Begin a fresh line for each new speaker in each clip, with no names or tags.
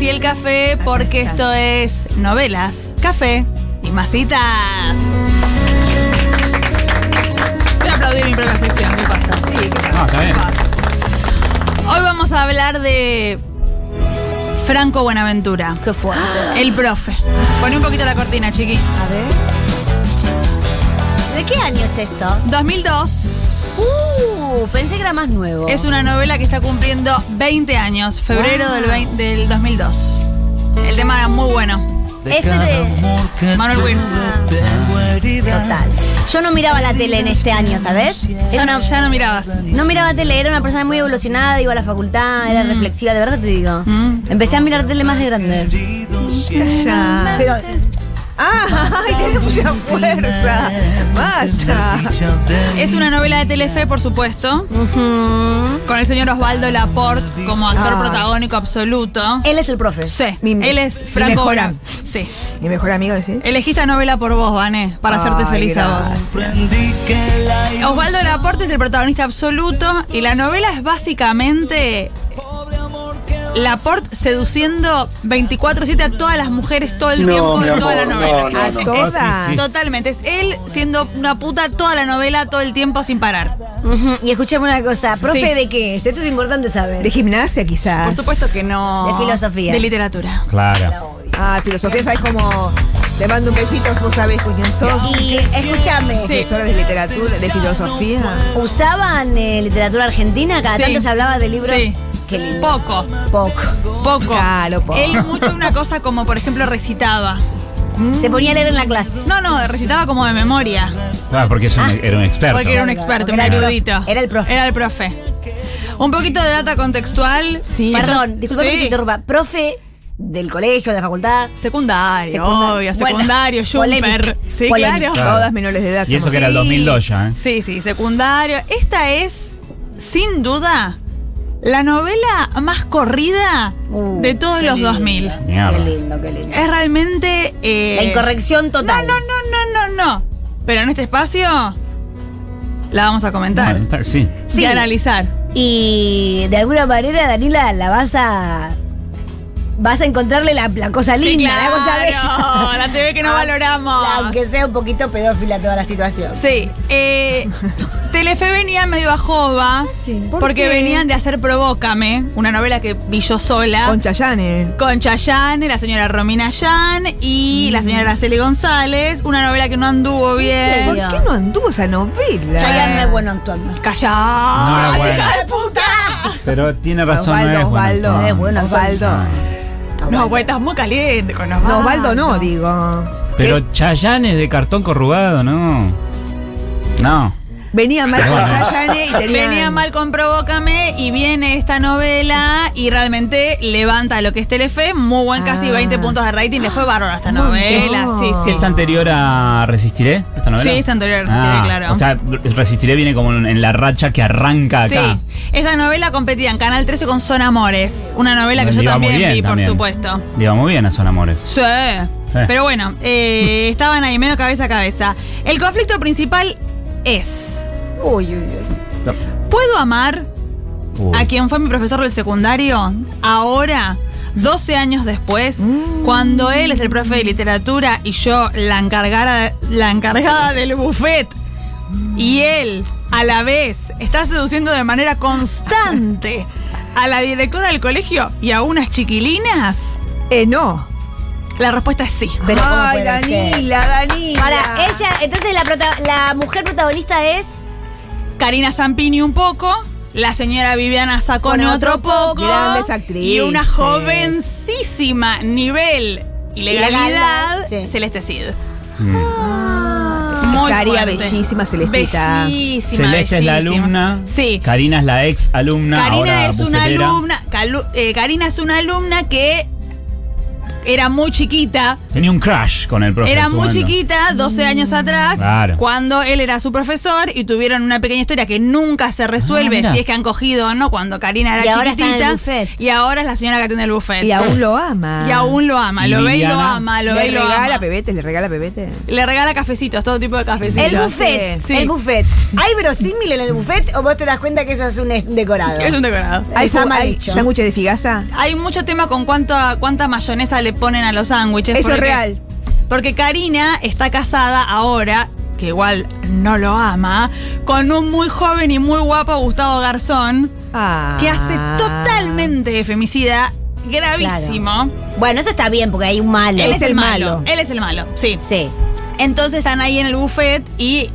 el café porque
está.
esto es novelas, café y masitas. Voy a aplaudir mi propia sección, ¿qué pasa?
Ah, está bien.
Hoy vamos a hablar de Franco Buenaventura,
Qué fuerte.
el profe. Poné un poquito la cortina, chiqui.
A ver. ¿De qué año es esto?
2002.
Uh, pensé que era más nuevo.
Es una novela que está cumpliendo 20 años, febrero
Wow.
del, 20 del 2002. El tema era muy bueno.
Ese de.
Manuel Wilson.
Total. Yo no miraba la tele en este año, ¿sabes?
Ya no, ya no mirabas.
No miraba tele, era una persona muy evolucionada, iba a la facultad, era reflexiva, de verdad te digo.
Mm.
Empecé a mirar tele más de grande.
Ya.
Pero
¡Ah! ¡Ay, tiene mucha fuerza! ¡Basta!
Es una novela de Telefe, por supuesto,
ujú,
con el señor Osvaldo Laporte como actor protagónico absoluto.
él es el profe.
Sí,
Ah. Mi-
él es
mi
Franco.
mejor
Buena-
am-
Sí.
¿Mi mejor amigo decís?
Elegí esta novela por vos, Vané, para hacerte
Ay,
feliz
gracias.
a vos. Osvaldo Laporte es el protagonista absoluto y la novela es básicamente Laporte seduciendo 24-7 a todas las mujeres todo el
No,
tiempo
mi
de toda la
amor,
novela.
no, no,
¿A
no.
todas?
Sí, sí.
Totalmente, es él siendo una puta toda la novela, todo el tiempo sin parar.
Ujú, Y escuchame una cosa, profe,
Sí.
¿de qué es? Esto es importante saber.
¿De gimnasia quizás?
Por supuesto que no.
Ah, De filosofía.
De literatura.
Claro.
Ah, filosofía, ¿sabes cómo? Te mando un besito, vos sabés con quién sos.
Y escúchame.
Sí.
Profesora de literatura, de filosofía.
¿Usaban eh, literatura argentina? Cada
Sí.
tanto se hablaba de libros.
Sí.
Qué lindo.
Poco,
Poco.
poco.
Claro, poco.
Él mucho una cosa como, por ejemplo, recitaba.
Se ponía a leer en la clase.
No, no, recitaba como de memoria.
Claro, Ah, porque es un- era un experto.
Ah, Porque era un experto, un
Era el profe.
erudito.
Era el profe.
Era el profe. Un poquito de data contextual.
Sí.
Perdón, disculpa que
Sí.
te interrumpa. Profe del colegio, de la facultad.
Secundario,
Secunda-
obvio,
Bueno,
secundario, Jumper.
polémica,
Sí,
polémica.
claro.
Claro.
Todas menores de edad.
Y eso
como-
que era el
Sí.
2002 ya, ¿eh?
Sí, sí, secundario. Esta es, sin duda, la novela más corrida
Uh,
de todos los 2000.
Qué
Mierda.
lindo, qué lindo.
Es realmente... eh,
La incorrección
No,
total.
no, no, no, no, no. Pero en este espacio la vamos a comentar
Bueno, está- sí.
y
Sí.
analizar.
Y de alguna manera, Daniela, la vas a. Vas a encontrarle la, la cosa
Sí,
linda, la cosa
claro,
bella.
la TV
Ah,
que no valoramos.
Aunque sea un poquito pedófila toda la situación.
Sí, eh, Telefe venía medio a jova
Ah, sí. ¿Por
porque
qué?
venían de hacer Provócame, una novela que vi yo sola.
Con Chayanne.
con Chayanne, la señora Romina Yan y
Mm.
la señora Araceli González, una novela que no anduvo
¿Por
bien.
serio?
qué no anduvo esa novela?
Chayanne no es bueno actuando.
¡Callá!
No era buena.
¡Hija de puta!
Pero tiene razón,
Osvaldo,
no es bueno. Ah,
Osvaldo.
No es bueno,
Osvaldo.
No, vos estás muy caliente con Osvaldo.
No, Osvaldo no, digo.
Pero Chayanne es de cartón corrugado, ¿no? No.
Venía mal con Chayanne y tenía...
Venía mal con Provócame y viene esta novela y realmente levanta lo que es Telefe. Muy buen, casi
Ah.
20 puntos de rating. Le fue bárbaro a esta novela. Sí, sí.
¿Es anterior a Resistiré? ¿Esta novela?
Sí, es anterior a Resistiré,
Ah,
claro.
O sea, Resistiré viene como en la racha que arranca
Sí,
acá.
esta novela competía en Canal 13 con Son Amores, una novela que
Le
yo
iba muy
también
bien
vi, por
también.
supuesto.
Le iba muy bien a Son Amores.
Sí. Pero bueno, eh, estaban ahí medio cabeza a cabeza. El conflicto principal es,
Uy, uy, uy.
¿puedo amar
Uy.
a quien fue mi profesor del secundario ahora? 12 años después,
Mm.
cuando él es el profe de literatura y yo la encargada, la encargada del buffet y él a la vez está seduciendo de manera constante a la directora del colegio y a unas chiquilinas,
Eh, no.
la respuesta es sí.
Pero ¿cómo
Ay,
puede ser?
Danila, Danila.
Para ella, entonces la, prota- la mujer protagonista es.
Karina Zampini un poco, la señora Viviana Sacone
Con
otro,
otro
poco,
poco.
Grandes actrices.
y una jovencísima nivel ilegalidad,
Ilegalidad, sí.
Celeste Cid.
Mm.
Muy
Ah. Estaría
fuerte.
bellísima Celestita.
Bellísima,
Celeste es la
bellísima.
alumna.
Sí.
Karina es la ex alumna.
Karina
ahora
es una
bufetera.
alumna, Calu- eh, Karina es una alumna que era muy chiquita.
Tenía un crash con el profesor.
Era muy chiquita, 12 años atrás,
Claro.
cuando él era su profesor y tuvieron una pequeña historia que nunca se resuelve
mira.
si es que han cogido o no cuando Karina era
Y ahora está en el
chiquitita.
buffet.
y ahora es la señora que atiende el buffet.
Y aún lo ama.
Y aún lo ama, lo ve y lo
Liliana.
ama, lo
Le
ve y lo
regala
ama.
pebetes, le regala pebetes.
Le regala cafecitos, todo tipo de cafecitos.
El buffet,
Sí.
el buffet. ¿Hay verosímil en el buffet o vos te das cuenta que eso es un es- decorado?
Es un decorado.
¿Hay,
Está
fu-
mal
hay
hecho.
sándwiches de figaza?
Hay mucho tema con cuánta, cuánta mayonesa le ponen a los sándwiches.
Eso es
porque-
real.
Porque Karina está casada ahora, que igual no lo ama, con un muy joven y muy guapo Gustavo Garzón,
Ah.
que hace totalmente de femicida, gravísimo.
Bueno, eso está bien porque hay un malo.
Él es, el malo. Él es el malo, sí.
Sí.
Entonces están ahí en el buffet y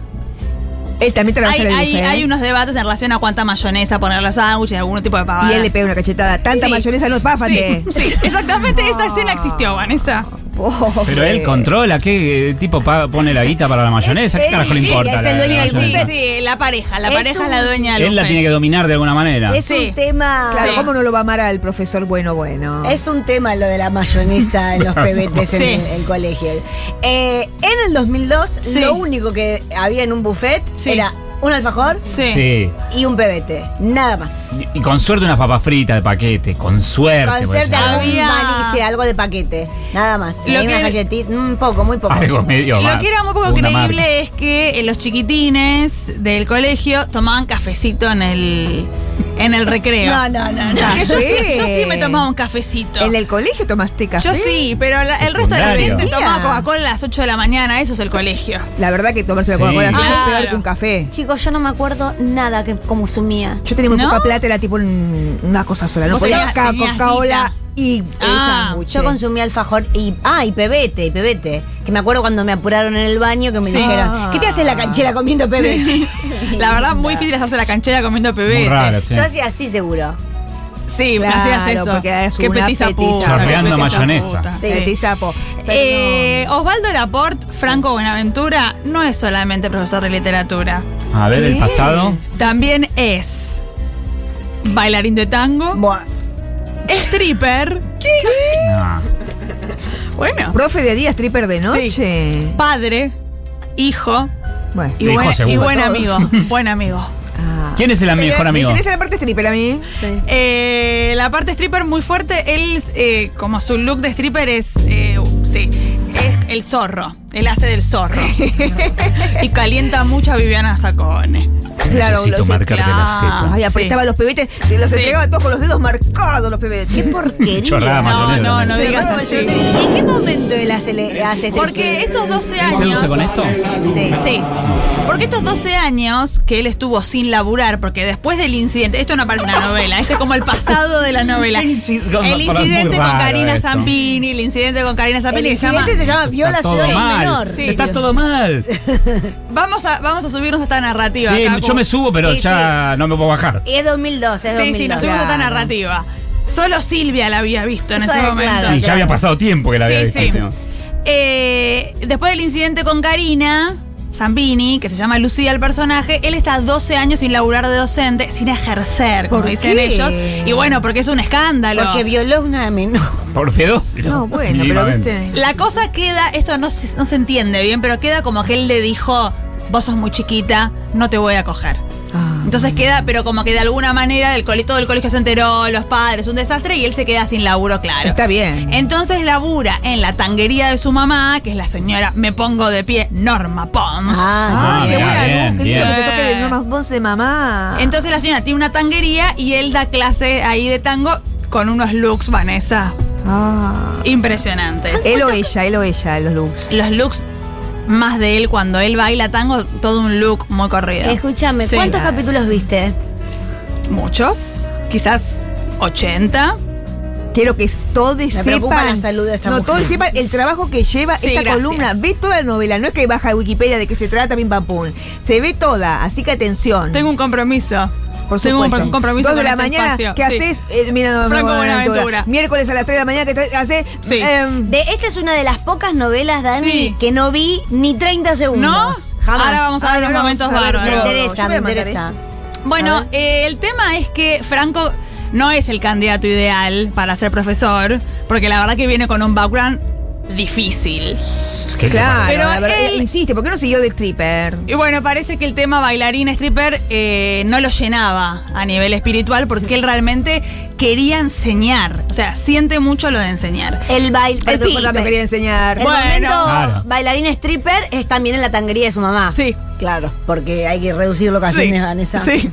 Él también trabaja
hay,
en el
hay-
buffet.
hay unos debates en relación a cuánta mayonesa poner en los sándwiches, algún tipo de pavadas.
Y él le pega una cachetada. Tanta
Sí.
mayonesa no, páfate.
Sí, sí, exactamente esa escena existió, Vanessa.
Pobre.
Pero
Eh,
él controla qué eh, tipo pa- pone la guita para la mayonesa. ¿Qué
él,
carajo le
sí,
importa?
es el
la- la
dueño del
Sí,
mayonesa?
sí, la pareja. La
Es
pareja es la
un-
dueña del
Él la
buffet.
tiene que dominar de alguna manera.
Es
Sí.
un tema.
Claro,
Sí.
¿cómo no lo va a amar al profesor bueno, bueno?
Es un tema lo de la mayonesa en los pebetes
Sí.
en el, el colegio. Eh, en el 2002,
Sí.
lo único que había en un buffet
Sí.
era un alfajor
Sí.
Sí.
y un pebete. Nada más.
Y con suerte unas papas fritas de paquete. Con suerte.
Con
porque
suerte
ya-
algún
Había-
manice, algo de paquete. Nada más.
Lo
Lo
que-
una galletita, un poco, muy poco.
Algo medio
Lo
más-
que era muy poco
segunda
creíble
marca.
es que eh, los chiquitines del colegio tomaban cafecito en el, en el recreo.
No, no, no, no.
Porque yo sí,
Sí.
yo sí me tomaba un cafecito.
¿En el colegio tomaste café?
Yo sí, pero la- el resto de la
Secundario.
gente tomaba
Mira.
Coca-Cola a las 8 de la mañana, eso es el colegio.
La verdad que tomarse
Sí.
una Coca-Cola a las ocho es
Claro.
peor que un café.
Chicos, yo no me acuerdo nada que consumía.
Yo tenía muy
¿No?
poca plata, era tipo un- una cosa sola. No
Vos
podía
tenías-
ca-
tenías
Coca-Cola y el
Ah,
sándwich.
Yo consumía alfajor y. Ah, y pebete, y pebete. Que me acuerdo cuando me apuraron en el baño que me
Sí. Ah.
dijeron, ¿qué te hace la canchera comiendo pebete?
La verdad, muy difícil hacerse la canchera comiendo
Muy
pebete.
raro, sí.
Yo hacía así seguro.
Sí,
Claro,
hacías eso.
porque es
Qué
una
petiza
petiza.
puta. qué
Chorreando
petiza
mayonesa.
puta.
Sí.
Sí.
Te sapo.
Eh, Osvaldo Laporte, Franco Buenaventura, no es solamente profesor de literatura.
A ver, el pasado.
También es bailarín de tango,
Buah.
stripper,
No.
bueno,
Profe de día, stripper de noche.
padre, hijo
Bueno.
y,
Hijo
buena- y
seguro.
buen
Todos.
amigo. Buen amigo.
Ah.
¿Quién es el ami- mejor
Me
amigo?
interesa la parte stripper a mí.
Eh, la parte stripper muy fuerte, él, eh, como su look de stripper es, eh, sí, es el zorro, él hace del zorro. y calienta mucho a Viviana Sacone.
Claro,
Necesito
lo sé,
marcarte la
claro.
Z.
Ay,
Sí.
apretaba los pebetes, te los
Sí.
entregaba todos con los dedos marcados los pebetes.
Qué porquería.
Chorrada,
No,
mayonesa.
no, no digas
Cerrado
así.
mayonesa.
¿Y ¿En qué momento él hace, le, hace este
Porque esos 12
¿Él seduce con
años.
esto?
Sí.
Sí. Porque estos 12 años que él estuvo sin laburar, porque después del incidente, esto no parece una novela, esto es como el pasado de la novela.
Qué inci-
El
Para- para-
incidente
muy
con
raro
Karina
esto.
Zampini, el incidente con Karina
El
Zampini que se llama.
incidente se llama
Está todo
violación menor.
mal.
Sí.
Está todo mal.
Vamos a, vamos a subirnos a esta narrativa.
Sí,
Cacu.
yo me subo, pero
Sí,
ya no me puedo bajar.
Es 2002, es 2002.
Sí, sí, nos subimos a esta
Claro.
narrativa. Solo Silvia la había visto en
Eso
ese
es
momento.
claro.
Sí, ya había pasado tiempo que la había
Sí,
visto.
sí. Eh, después del incidente con Karina, Zambini, que se llama Lucía el personaje, él está 12 años sin laburar de docente, sin ejercer, como
¿Por
dicen
qué?
ellos. Y bueno, porque es un escándalo.
Porque violó una menor.
Por pedófilo.
No, bueno, pero
mínimamente.
viste.
la cosa queda, esto no se, no se entiende bien, pero queda como que él le dijo, vos sos muy chiquita, no te voy a coger.
Ah.
Entonces queda, pero como que de alguna manera el cole- todo el colegio se enteró, los padres, un desastre, y él se queda sin laburo, claro.
Está bien.
Entonces labura en la tanguería de su mamá, que es la señora, me pongo de pie, Norma Pons.
Ah,
sí,
qué
mirá,
buena
bien,
luz, qué lindo
bien.
que te toque de mamá voz de mamá.
Entonces la señora tiene una tanguería y él da clase ahí de tango con unos looks, Vanessa,
Ah.
impresionantes.
Él o ella, él o ella, los looks.
Los looks más de él cuando él baila tango, todo un look muy corrido.
Escúchame,
Sí.
¿cuántos capítulos viste?
Muchos, quizás 80.
Quiero que todos sepan.
preocupa la salud de esta
No,
mujer.
todos sepan el trabajo que lleva
Sí,
esta
gracias.
columna. Ve toda la novela, no es que baja a Wikipedia de qué se trata, pim pam pum. Se ve toda, así que atención.
Tengo un compromiso.
por
tengo un
supuesto.
com- compromiso
Dos de
con este
la mañana,
espacio,
¿qué
sí.
haces? Eh, mira,
Franco
Buenaventura.
Buenaventura.
Miércoles a las 3 de la mañana, ¿qué haces?
Sí.
Em,
De, esta es una de las pocas novelas, Dani,
Sí.
que no vi ni 30
¿No?
segundos. Jamás.
Ahora vamos a ver
Ahora
unos
vamos
momentos
a
Me
ver
bárbaros.
todo.
interesa,
Yo voy
me
a mandar
interesa.
Bueno, eh, el tema es que Franco no es el candidato ideal para ser profesor, porque la verdad que viene con un background difícil.
¿Qué te
Claro,
parece?
Pero
la verdad,
él-
insiste, ¿por qué no siguió de stripper?
Y bueno, parece que el tema bailarina stripper eh, no lo llenaba a nivel espiritual porque él realmente quería enseñar. O sea, siente mucho lo de enseñar.
El baile.
El
perdón,
pito
discúlpame.
quería enseñar.
El
Bueno.
momento
Claro.
bailarín stripper es también en la tanguería de su mamá.
Sí.
Claro, porque hay que reducir
Sí,
locaciones, Vanessa.
sí.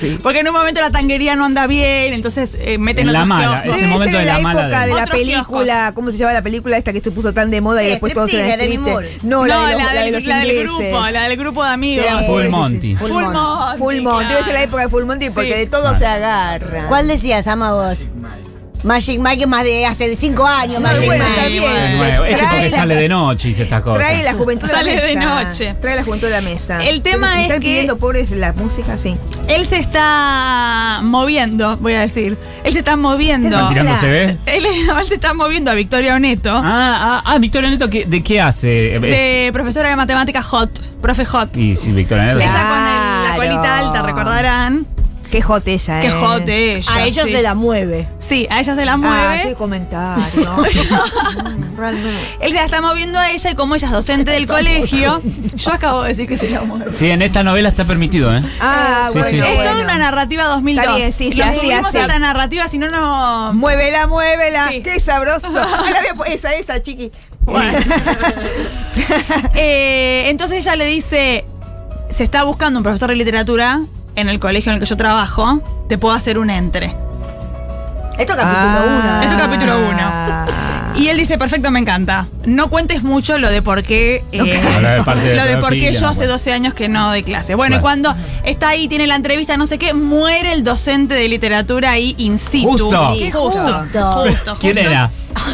sí.
Porque en un momento la tanguería no anda bien, entonces eh, meten
En la
otros
mala,
kioscos.
Ese
Debe
momento
ser en
de la
la,
mala
época
de-
de la
Otros
película,
kioscos.
¿cómo se llama la película esta que se puso tan de moda y
Sí,
después todos se
striptease
la
de Demi
escriben?
Moore.
No,
No,
la, de los-
la,
la de
del,
los
la del
ingleses.
grupo, la del grupo de amigos.
Sí,
Full
sí,
Monty.
sí.
Full,
Full Monty.
Monty,
Full Monty, debe ser la
claro.
época de Full Monty porque de todo se agarra.
¿Cuál decías, ama vos? Magic Mike es más de hace cinco años,
Sí,
Magic
bueno,
Mike.
está bien.
De nuevo.
este
Es que
Trae
porque
la-
sale de noche y dice estas cosas.
Trae la juventud a la
Sale
mesa.
de noche.
Trae la juventud a la mesa.
El tema
Pero,
es
¿Están
que-
pidiendo pobres la música? Sí.
Él se está moviendo, voy a decir. Él se está
¿Están
moviendo.
tirando
Hola.
CB?
Él, él se está moviendo a Victoria Oneto,
Ah, ah, ah, Victoria Neto, ¿qué- ¿de qué hace? Es-
de profesora de matemáticas Hot, profe Hot.
Y sí, Victoria Neto.
Ella con el- la
Claro.
colita alta, recordarán.
Qué hot ella,
Qué
eh.
hot ella.
A ellos
sí.
se la mueve.
Sí, a ella se la
Ah, qué
mueve.
comentario. Mm, realmente.
él se la está moviendo a ella y como ella es docente del colegio, yo acabo de decir que se la mueve.
Sí, en esta novela está permitido, ¿eh?
Ah,
Sí,
bueno.
sí.
es
bueno.
toda una narrativa 2002.
Está bien, sí,
y
sí,
la
así,
subimos
así.
a esta narrativa, si no, no...
Muévela, muévela.
Sí.
Qué sabroso. Ah, la había- esa, esa, chiqui.
Bueno. Eh, entonces ella le dice, se está buscando un profesor de literatura en el colegio en el que yo trabajo, te puedo hacer un entre.
Esto es capítulo
Ah.
uno. ¿eh?
Esto es capítulo Y él dice, perfecto, me encanta. No cuentes mucho lo de por qué... eh,
Habla de parte de pues.
lo de por qué
pedofilia,
yo hace
bueno.
12 años que no doy clase. Bueno, y
Bueno.
cuando está ahí, tiene la entrevista, no sé qué, muere el docente de literatura ahí in situ.
Justo.
Sí,
Justo.
justo.
justo,
¿Quién
justo.
era?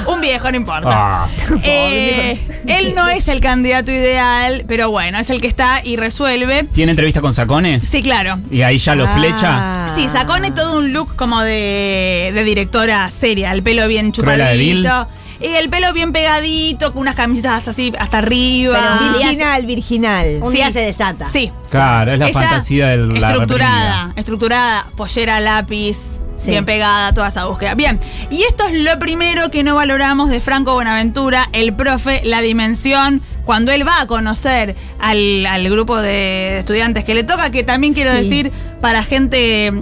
Un viejo, no importa.
Ah.
Eh, él no es el candidato ideal, pero bueno, es el que está y resuelve.
¿Tiene entrevista con Sacone?
Sí, claro.
Y ahí ya lo
Ah.
flecha.
Sí, Sacone todo un look como de, de directora seria, el pelo bien
Cruella de Vil.
chupadito. Y el pelo bien pegadito, con unas camisetas así hasta arriba.
Pero Billie
Virginal, virginal.
Un
Sí.
día se desata.
Sí.
Claro, es la
Ella
fantasía del la
estructurada,
reprimida.
estructurada, pollera, lápiz,
Sí.
bien pegada, toda esa búsqueda. Bien, y esto es lo primero que no valoramos de Franco Buenaventura, el profe, la dimensión, cuando él va a conocer al, al grupo de estudiantes que le toca, que también quiero
Sí.
decir, para gente...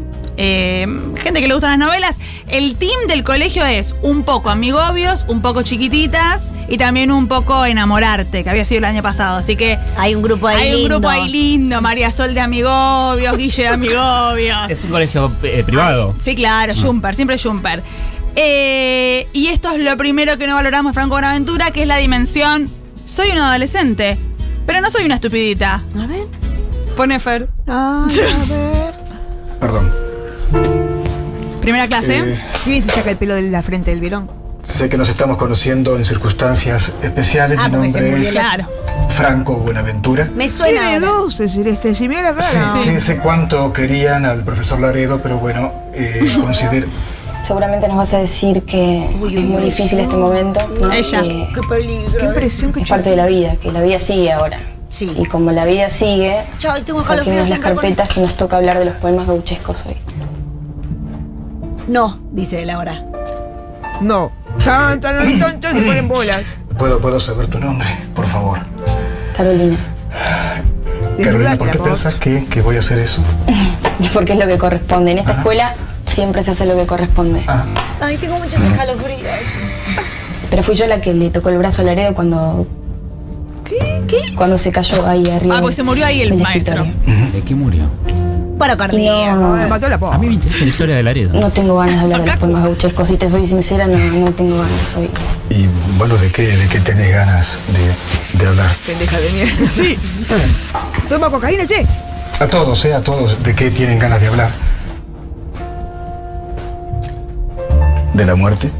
eh, gente que le gustan las novelas, el team del colegio es un poco amigobios, un poco chiquititas y también un poco enamorarte, que había sido el año pasado. Así que
Hay un grupo ahí.
hay un
lindo.
grupo ahí lindo, María Sol de Amigobios, Guille de Amigobios.
Es un colegio eh, privado.
Sí, claro, Jumper, siempre Jumper. Eh, y esto es lo primero que no valoramos Franco Buenaventura, que es la dimensión. Soy un adolescente, pero no soy una estupidita.
A ver.
Pone Fer.
Perdón.
Primera clase.
Eh,
Qué bien se saca el pelo de la frente del virón.
sé que nos estamos conociendo en circunstancias especiales.
Ah,
Mi
porque se
nombre
murió
es
la-
Claro.
Franco Buenaventura.
Me suena.
Tiene
ahora.
dos, es decir, este, si mira la
Ah,
Sí,
cara.
sí, sé cuánto querían al profesor Laredo, pero bueno, eh, considero.
Seguramente nos vas a decir que es muy difícil este momento. ¿no?
Ella.
Que
Qué
eh.
impresión que
es parte de la vida, que la vida sigue ahora.
Sí.
Y como la vida sigue,
Chao, tengo
saquemos
escalofríos,
las
saca el
carpetas que nos toca hablar de los poemas gauchescos hoy.
No, dice Laura.
No. Tan, tan, tan, tan, tan, se ponen bolas.
¿Puedo, ¿Puedo saber tu nombre, por favor?
Carolina.
Carolina,
Desnudate,
¿por qué
amor.
pensás que, que voy a hacer eso?
Y porque es lo que corresponde. En esta escuela siempre se hace lo que corresponde.
Ah,
Ay, tengo muchos escalofríos.
Pero fui yo la que le tocó el brazo a Laredo cuando. Cuando se cayó ahí arriba.
Ah, porque se murió ahí el
del
maestro.
escritorio.
Ah.
¿De qué murió?
Para
Y
cardíaco.
no,
Me mató la
A mí
pobre.
me interesa la historia de Laredo.
no tengo ganas de hablar de los poemas gauchescos. Si te soy sincera, no, no tengo ganas hoy.
y bueno, ¿de qué, de qué tenés ganas de, de hablar?
Pendeja de mierda. Sí. Toma cocaína, che.
A todos, ¿eh? A todos, ¿de qué tienen ganas de hablar? ¿De la muerte?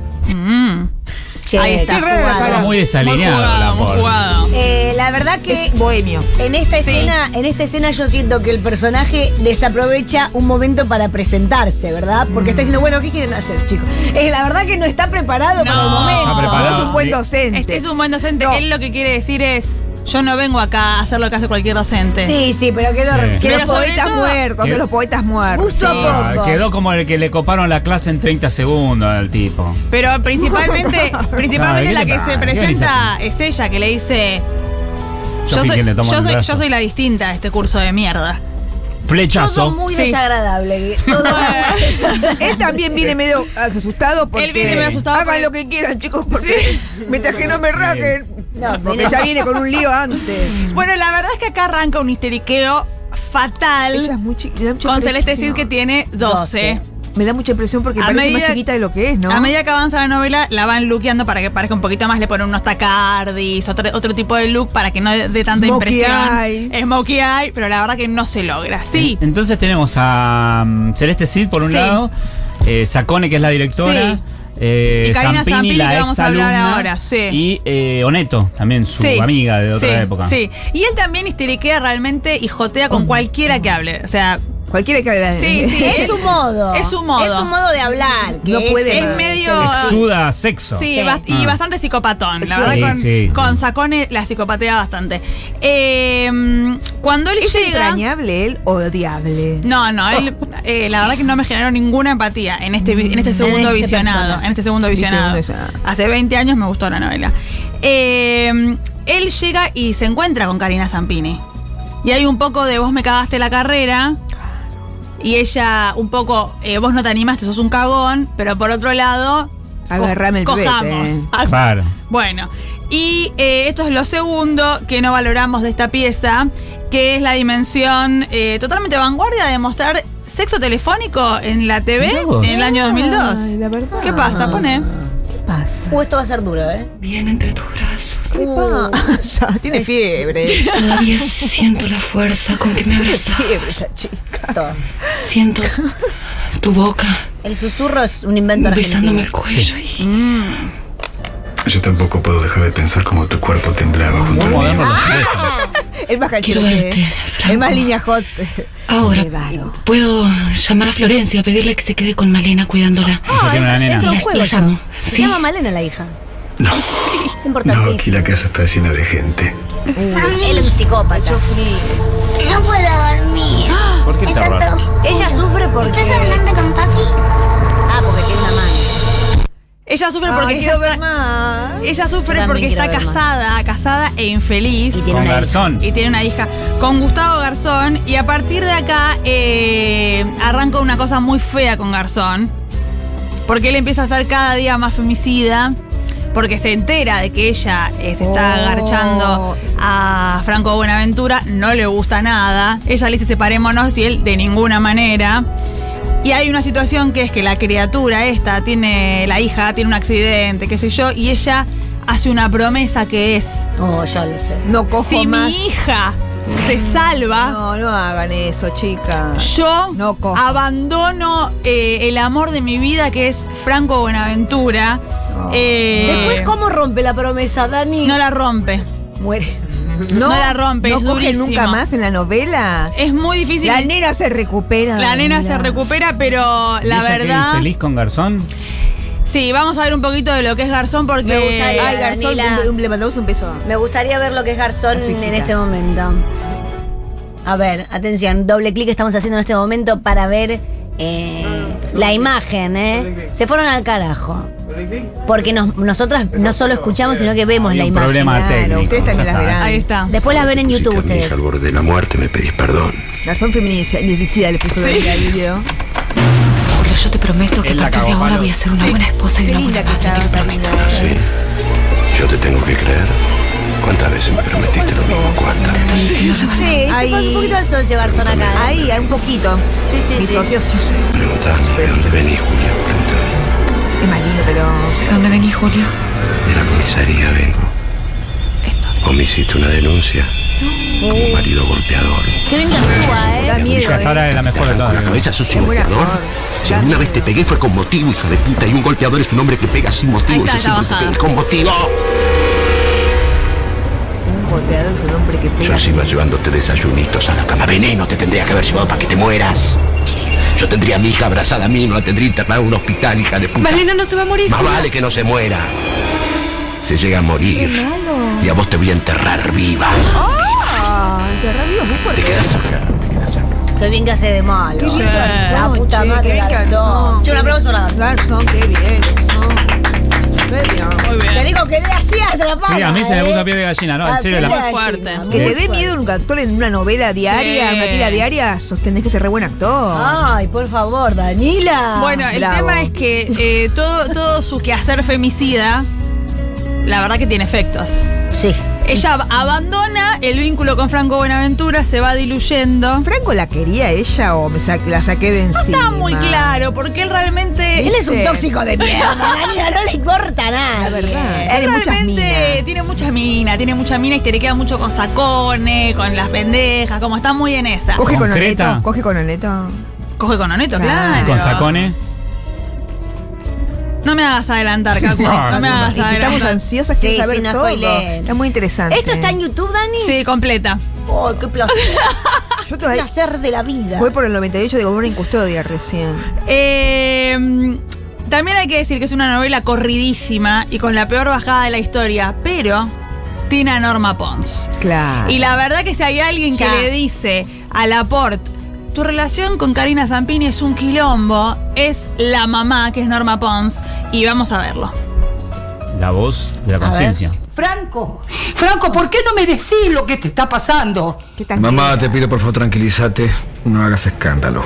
Che,
Ahí está.
qué
rara la
jugada.
cara.
Muy desalineado
Muy jugado,
el amor.
muy jugado.
Eh, la verdad que
Es bohemio.
en esta
Sí.
escena, en esta escena yo siento que el personaje desaprovecha un momento para presentarse, ¿verdad? Porque está diciendo, bueno, ¿qué quieren hacer, chicos? Eh, la verdad que no está preparado para el
No.
momento.
Está preparado.
Es un buen
Ah, Bien.
docente.
Este es Este un buen docente.
No.
Él lo que quiere decir es: Yo no vengo acá a hacer lo que hace cualquier docente.
Sí, sí, pero quedó.
Sí.
Que
Pero
los
sobre
poetas
todo-
muertos,
Que-
que los poetas muertos.
Uso
sí.
poco.
Ah, quedó como el que le coparon la clase en 30 segundos al tipo.
Pero principalmente, principalmente
No,
la
¿qué
que
le
se
pasa?
presenta es ella, que le dice. Yo
Shopping
soy,
que le toman
yo,
el
soy,
brazo.
yo soy la distinta de este curso de mierda.
Todo
Flechazo.
muy
Sí.
desagradable. Todo
Él también viene medio asustado porque
Él viene
medio
asustado
hagan
porque-
lo que quieran, chicos, porque mientras que no me raquen.
No,
porque
pero-
ya viene con un lío antes.
Mm.
Bueno, la verdad es que acá arranca un histeriqueo fatal
Ella es muy chiquita.
con Celeste Cid que tiene 12.
Me da mucha impresión porque
A
parece
medida-
más chiquita de lo que es, ¿no?
A medida que avanza la novela, la van lookeando para que parezca un poquito más. Le ponen unos tacardis, otro, otro tipo de look para que no dé tanta
Smokey
impresión.
eye.
Smokey eye, pero la verdad que no se logra. Sí.
Entonces tenemos a mm, Celeste Cid por un
Sí.
lado, eh, Sacone, que es la directora.
Sí.
eh,
Y Karina Zampini,
la
que vamos a hablar
exalumna,
ahora, sí.
Y eh, Oneto, también su
Sí,
amiga de otra
sí,
época. Oh.
Sí. Y él también histeriquea realmente y jotea con cualquiera que hable. O sea,
Cualquiera que hable.
Sí, sí.
Es su modo.
Es su modo.
Es su modo de hablar. que
No
es-
puede.
es
Ah,
medio.
Exuda sexo.
Sí,
Sí.
bast- y
Ah.
bastante psicopatón. La
Sí,
verdad, con,
sí.
con Sacone la psicopatea bastante. Eh, cuando él
¿Es
llega.
entrañable él o odiable?
No, no, él, eh, la verdad que no me generó ninguna empatía en este, vi- en este segundo
este
visionado.
persona.
En este segundo
Mi
visionado.
segundo visionado.
Hace 20 años me gustó la novela. Eh, él llega y se encuentra con Karina Zampini. Y hay un poco de vos me cagaste la carrera. Y ella, un poco, eh, vos no te animaste, sos un cagón. Pero por otro lado. co-
Agarrame el eh. pete.
Cojamos.
Claro.
Bueno, y eh, esto es lo segundo que no valoramos de esta pieza, que es la dimensión eh, totalmente vanguardia de mostrar sexo telefónico en la TV
Mirá vos.
en el año 2002. ¿Qué pasa? Pone.
¿Qué pasa?
Uh, esto va a ser duro, ¿eh?
Bien entre tus brazos.
¿Qué pasa? Tiene fiebre.
Todavía siento la fuerza con que me abrazas.
fiebre esa chica.
Todo.
Siento tu boca
El susurro es un invento
besándome
argentino.
el cuello. y-
Yo tampoco puedo dejar de pensar cómo tu cuerpo temblaba
Muy
junto al mío.
moderno los tres.
Ah.
Es más
Quiero
canchero que-
verte, Franco.
Es más línea hot.
Ahora
Bárbaro.
puedo llamar a Florencia, pedirle que se quede con Malena cuidándola.
Yo tengo una nena.
Entra un
La-
juego.
la
esto.
llamo.
Se
Sí.
llama Malena la hija.
No,
Es
no, aquí
importantísimo.
la casa está llena de gente.
Él es un psicópata.
No puedo dormir.
¿Por qué te
Está
ahorras?
todo-
Ella sufre porque.
¿Estás hablando con papi?
Ah, porque tiene una mano.
Ella sufre
Ah,
porque
quiero
ella,
ver más.
ella sufre
Yo también
porque está
quiero ver más.
casada, casada e infeliz.
Y tiene
Con
una hija.
Garzón.
y tiene una hija con Gustavo Garzón y a partir de acá eh, arranca una cosa muy fea con Garzón porque él empieza a ser cada día más femicida porque se entera de que ella eh, se está
Oh.
agarchando a Franco Buenaventura, no le gusta nada, ella le dice separémonos y él de ninguna manera. Y hay una situación que es que la criatura esta tiene, la hija tiene un accidente, qué sé yo, y ella hace una promesa que es,
Oh, yo lo sé.
No cojo
si
más. Mm.
mi hija se salva,
No, no hagan eso, chica.
yo
No cojo.
abandono eh, el amor de mi vida, que es Franco Buenaventura. Eh,
Después, ¿cómo rompe la promesa, Dani?
no la rompe.
Muere.
No, la rompe,
¿No
es
coge
durísimo.
nunca más en la novela?
Es muy difícil.
La nena se recupera.
La nena se
Daniela.
recupera, pero
¿Y
la
ella queda
verdad.
infeliz con Garzón?
Sí, vamos a ver un poquito de lo que es Garzón porque.
Me gustaría-
Ay, Garzón,
Daniela.
un- un- le mandamos un beso.
Me gustaría ver lo que es Garzón
A su hijita.
en este momento. A ver, atención, doble clic estamos haciendo en este momento para ver
Ah,
eh, la imagen, ¿eh? Se fueron al carajo. Porque nos- nosotras no solo escuchamos, sino que vemos
Hay
la
un
imagen. ¿eh?
problema técnico.
ustedes también
ya
las
está.
verán.
Ahí está.
Después las ven en YouTube
Pusiste a mi hija
ustedes.
al borde de la muerte, me pedís perdón.
Garzón feminicida, le puso Daniela al video.
Julio, yo te prometo que a
Él la
partir de
cagó,
ahora
Pablo.
voy a ser una buena esposa y
Qué
una
linda
buena
que
madre, te lo
estaba,
prometo.
Sí, yo te tengo que creer. ¿Cuántas veces me prometiste lo mismo? ¿Cuántas?
Estoy diciendo la verdad.
Sí, se
Ahí.
fue un poquito al socio Garzón acá. ¿eh?
Ahí, hay un poquito.
Sí, sí,
Mi
sí.
socio es
Preguntame de dónde venís, Julia. Preguntame.
más lindo, pero.
¿De dónde venís, Julio?
De la comisaría vengo. O me hiciste una denuncia como marido golpeador.
Qué bien que actúa, ¿eh?
Da miedo.
Hija, hasta ahora es la mejor de
Con la
todas.
cabeza sos un
Es buena
golpeador.
actor.
Si alguna vez te pegué fue con motivo, hija de puta. Y un golpeador es un hombre que pega sin
Ahí
motivo.
está,
Yo
está
siempre te
bajada.
pegué con motivo.
Un golpeador es un hombre que
Yo
pega.
sigo llevándote desayunitos a la cama. Veneno te tendría que haber llevado para que te mueras. Yo tendría a mi hija abrazada a mí, no la tendría internada en un hospital, hija de puta.
Malena no se va a morir.
Más vale que no se muera. se llega a morir.
Qué malo.
Y a vos te voy a enterrar viva.
¡Ah! ¡Qué rabia! Muy
Te
fuerte.
quedas acá. te quedás acá.
Qué bien que hace de malo.
Qué bien
La
Garzón,
puta
che, qué
madre
bien
Garzón.
Garzón.
Che, un aplauso para Garzón.
Garzón, qué bien, Garzón. Qué bien.
Te digo que le hacía atrapada.
Sí, a mí se me
¿eh?
puso piel de gallina, ¿no? En
Ah,
serio,
piel
la-
de
Muy
gallina,
fuerte.
Que
muy
le dé
fuerte.
miedo un actor en una novela diaria,
Sí.
una tira diaria, sostenés que ser re buen actor.
Ay, por favor, Danila.
Bueno, el
Bravo.
tema es que eh, todo, todo su quehacer femicida, la verdad que tiene efectos.
Sí.
Ella ab- abandona el vínculo con Franco Buenaventura, se va diluyendo.
¿Franco la quería ella o me sa- la saqué de
No
encima?
está muy claro, porque él realmente.
Él es un
Sí.
tóxico de mierda, Danila. No le importa nada.
La verdad.
Él
Tiene muchas minas.
realmente tiene muchas minas, tiene muchas minas y te le queda mucho con sacones, con las pendejas, como está muy en esa.
Coge con
Concreta.
Oneto, coge con Oneto.
Coge con Oneto,
Claro.
claro.
Con sacones.
No me hagas adelantar, Cacu. No,
No,
me
no,
hagas
Y que
adelantar.
estamos ansiosas,
Sí,
quiero
sí,
saber
no
todo.
spoileen.
Está muy interesante.
¿Esto está en YouTube, Dani?
Sí, completa.
Ay, qué placer. qué
Yo todavía
placer de la vida.
voy por el 98 de Gobierno en Custodia recién.
Eh, también hay que decir que es una novela corridísima y con la peor bajada de la historia, pero tiene a Norma Pons.
Claro.
Y la verdad que si hay alguien
Ya.
que le dice a Laporte, tu relación con Karina Zampini es un quilombo, es la mamá, que es Norma Pons, y vamos a verlo.
La voz de la conciencia.
Franco, Franco, ¿por qué no me decís lo que te está pasando?
¿Qué tan
Mamá, te pido por favor tranquilízate, no hagas escándalo.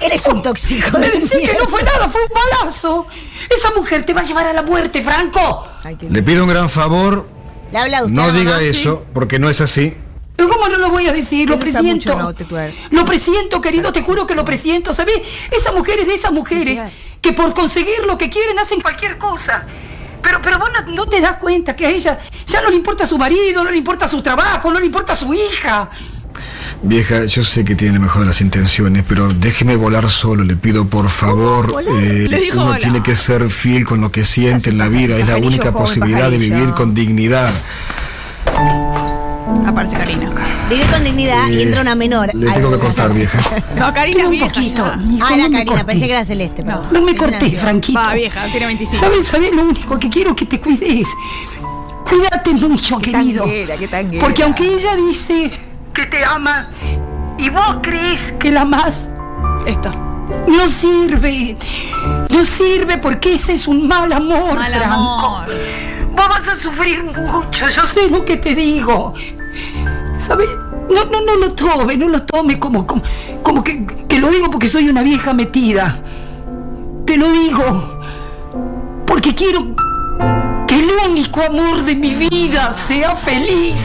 Eres un tóxico
Me
de
decís que no
mierda.
fue nada, fue un balazo. Esa mujer te va a llevar a la muerte, Franco.
Ay, qué
Le pido un gran favor,
Le habla a usted.
no
la
diga
mamá, sí.
eso, porque no es así.
¿Y ¿Cómo no lo voy a decir? Lo
Él usa
presiento.
mucho el autotuer.
Lo presiento, querido, te juro que lo presiento. ¿Sabés? Esas mujeres de esas mujeres que por conseguir lo que quieren hacen cualquier cosa. Pero, pero vos no, no te das cuenta que a ella ya no le importa su marido, no le importa su trabajo, no le importa su hija.
Vieja, yo sé que tiene la mejor de las intenciones, pero déjeme volar solo, le pido por favor. eh,
Le dijo
uno
volar.
tiene que ser fiel con lo que siente en la vida, es la
pajarillo,
única
joven
posibilidad de
pajarillo.
vivir con dignidad.
Aparece Karina.
Vivir con dignidad y
Eh,
entra una menor.
Le tengo que contar, vieja.
No, Karina es
un
vieja.
poquito.
ya.
Hijo,
Ah,
no
era
me
Karina,
cortes.
pensé que era Celeste. perdón.
No me
Es una
cortés,
antigua.
Franquito.
Va, vieja, tiene 25.
¿Sabes? ¿Sabes? Lo único que quiero es que te cuides. Cuídate mucho, querido.
tanguera, qué tanguera.
Porque aunque ella dice que te ama y vos crees que la amás,
Esto.
no sirve. No sirve porque ese es un mal amor,
Mal
Franco.
amor.
Vos vas a sufrir mucho, yo sé lo que te digo. ¿Sabes? No, no, no lo tome, no lo tome como, como, como que, que lo digo porque soy una vieja metida. Te lo digo. Porque quiero que el único amor de mi vida sea feliz.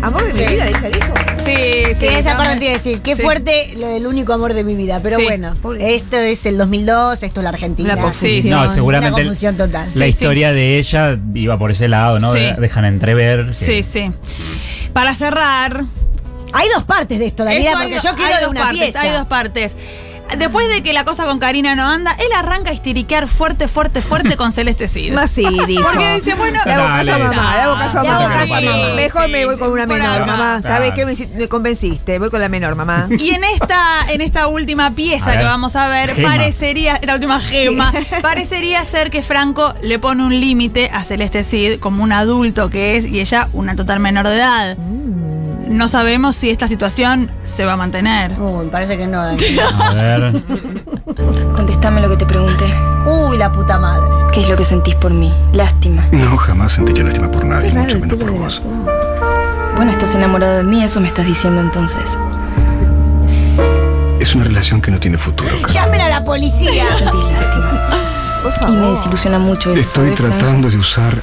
Amor de mi vida, ella dijo.
Sí, sí.
Sí, esa
no,
parte
me-
te iba a decir. Qué
Sí.
fuerte lo del único amor de mi vida. Pero
Sí.
bueno, esto es el 2002, esto es la Argentina.
Una confusión.
Sí, sí.
No,
Una
seguramente el-
confusión total.
la historia de ella iba por ese lado, ¿no?
Sí.
De- Dejan entrever. que-
Sí, sí. Para cerrar,
Hay dos partes de esto, Daniela,
Esto hay
porque
dos-
yo
hay
quiero de
dos
una
partes,
pieza.
Hay dos partes. Después de que la cosa con Karina no anda, él arranca a histeriquear fuerte, fuerte, fuerte con Celeste Cid.
Más sí, dijo.
Porque dice, bueno,
Le hago caso a
Dale.
mamá, le hago caso a
Le hago
mamá.
caso a mamá.
Mejor
Sí,
me voy con
sí,
una
por
menor,
acá.
mamá. ¿Sabes
Claro.
qué? Me, hici- me convenciste. Voy con la menor, mamá.
Y en esta, en esta última
A
pieza
ver.
que vamos a ver,
Gema.
parecería, la última gema, parecería ser que Franco le pone un límite a Celeste Cid como un adulto que es y ella una total menor de edad.
Mm.
No sabemos si esta situación se va a mantener.
Uy, me parece que no, Daniela.
A ver.
Contestame lo que te pregunté.
Uy, la puta madre.
¿Qué es lo que sentís por mí? Lástima.
No, jamás sentiría lástima por nadie, mucho
el
menos
pelo
por
de la
vos.
Bueno, estás enamorado de mí, eso me estás diciendo entonces.
Es una relación que no tiene futuro, Carlos.
Llamen a la policía.
Sentís lástima.
Por
Y
favor.
me desilusiona mucho eso.
Estoy
¿sabes, Franco?
tratando de usar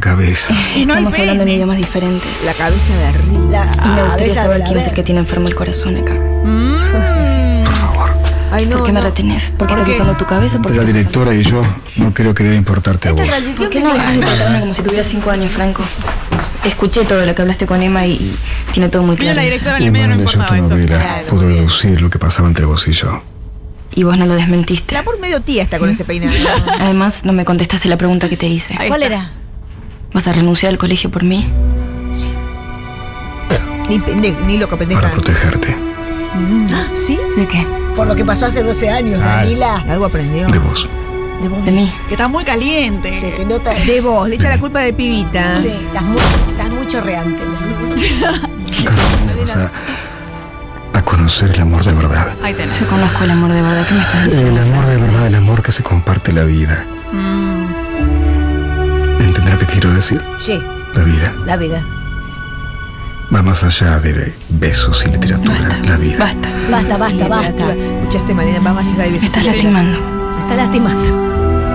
cabeza.
No el
Estamos hablando en
pene.
idiomas diferentes.
La cabeza de arriba.
La-
Y me
ah,
gustaría
besa
saber
la
quién es el
verga.
que tiene enfermo el corazón acá.
Por favor.
Ay, no.
¿Por qué me
no.
retenés? ¿Por qué estás usando tu cabeza? ¿Por qué
La
estás usando-
directora y yo no creo que deba importarte a
Esta
vos.
transición
¿Por qué
que
no
se-
dejas de tratarme como si tuviera cinco años, Franco? Escuché todo lo que hablaste con Emma y, y tiene todo muy
Mira
claro.
la
eso.
directora en
Y
el medio no
cuando leyó tu
importaba eso.
novela,
Claro,
pudo
muy bien.
deducir lo que pasaba entre vos y yo.
Y vos no lo desmentiste.
La por medio tía está con ese peinado.
Además, no me contestaste la pregunta que te hice.
Ahí
¿Cuál
está.
era?
¿Vas a renunciar al colegio por mí?
ni, pende- ni loca pendeja.
Para protegerte
¿Sí?
¿De qué?
Por lo que pasó hace 12 años,
Ay.
Danila.
Algo aprendió.
de vos.
De vos.
de mí.
Que está muy caliente.
Se te nota.
De vos, le echa la culpa de pibita.
Sí, estás muy, estás muy chorreante.
Vamos a, a conocer el amor de verdad.
Ahí tenés.
Yo conozco el amor de verdad. ¿Qué me estás diciendo?
El amor de verdad, el amor que se comparte la vida. ¿Entender lo que quiero decir?
Mm. Sí,
La vida
la vida.
va más allá de besos y literatura. La vida.
Basta.
Basta, basta, basta.
Escuchaste, Malena, va más allá de
Me
besos.
estás lastimando.
Me está lastimando.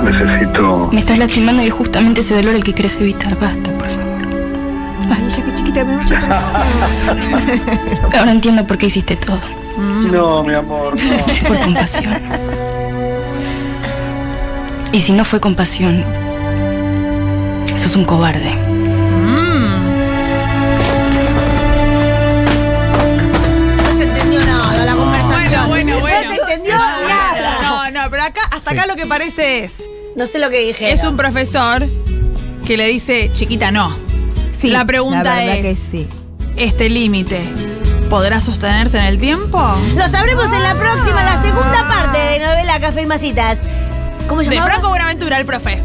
Necesito.
Me estás lastimando y es justamente ese dolor el que querés evitar. Basta, por favor.
Ay, ella que chiquita, me da mucha presión.
Ahora entiendo por qué hiciste todo.
Mm.
No, mi amor, no.
Por compasión. Y si no fue compasión, sos un cobarde.
No se entendió nada la
Bueno,
conversación.
bueno, bueno.
No se entendió
No,
nada.
No, no, pero acá, hasta acá lo que parece es.
No sé lo que dije.
Es un profesor que le dice, chiquita, no.
Sí,
la pregunta
la verdad
es,
que sí.
este límite, ¿podrá sostenerse en el tiempo?
Lo sabremos en la próxima, la segunda parte de novela Café y Masitas. ¿Cómo
De
llamaba?
Franco Buenaventura, el profe.